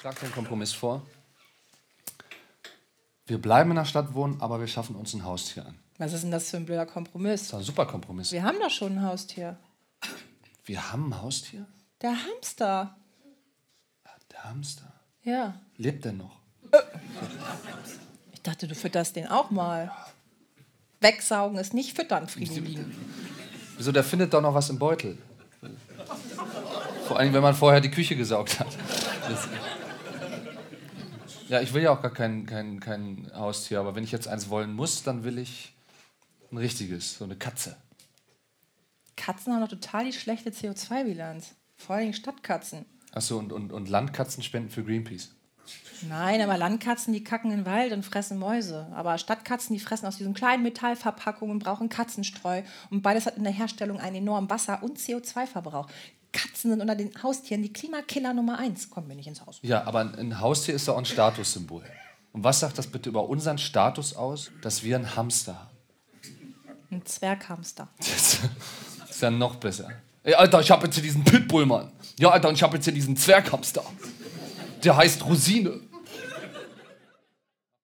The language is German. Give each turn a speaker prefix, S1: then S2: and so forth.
S1: schlage den Kompromiss vor. Wir bleiben in der Stadt wohnen, aber wir schaffen uns ein Haustier an.
S2: Was ist denn das für ein blöder Kompromiss?
S1: Das war ein super Kompromiss.
S2: Wir haben doch schon ein Haustier.
S1: Wir haben ein Haustier?
S2: Der Hamster.
S1: Der Hamster.
S2: Ja.
S1: Lebt der noch?
S2: Ich dachte, du fütterst den auch mal. Wegsaugen ist nicht füttern, Fridolin.
S1: Wieso, der findet doch noch was im Beutel. Vor allem, wenn man vorher die Küche gesaugt hat. Das ja, ich will ja auch gar kein, kein, kein Haustier, aber wenn ich jetzt eins wollen muss, dann will ich ein richtiges, so eine Katze.
S2: Katzen haben doch total die schlechte CO2-Bilanz. Vor allem Stadtkatzen.
S1: Achso, und, und, und Landkatzen spenden für Greenpeace.
S2: Nein, aber Landkatzen, die kacken in den Wald und fressen Mäuse. Aber Stadtkatzen, die fressen aus diesen kleinen Metallverpackungen und brauchen Katzenstreu. Und beides hat in der Herstellung einen enormen Wasser- und CO2-Verbrauch. Katzen sind unter den Haustieren die Klimakiller Nummer eins. Kommen wir nicht ins Haus.
S1: Ja, aber ein, ein Haustier ist doch auch ein Statussymbol. Und was sagt das bitte über unseren Status aus, dass wir einen Hamster haben?
S2: Ein Zwerghamster.
S1: Das ist ja noch besser. Ey, Alter, ich hab jetzt hier diesen Pitbull, Mann. Ja, Alter, und ich hab jetzt hier diesen Zwerghamster. Der heißt Rosine.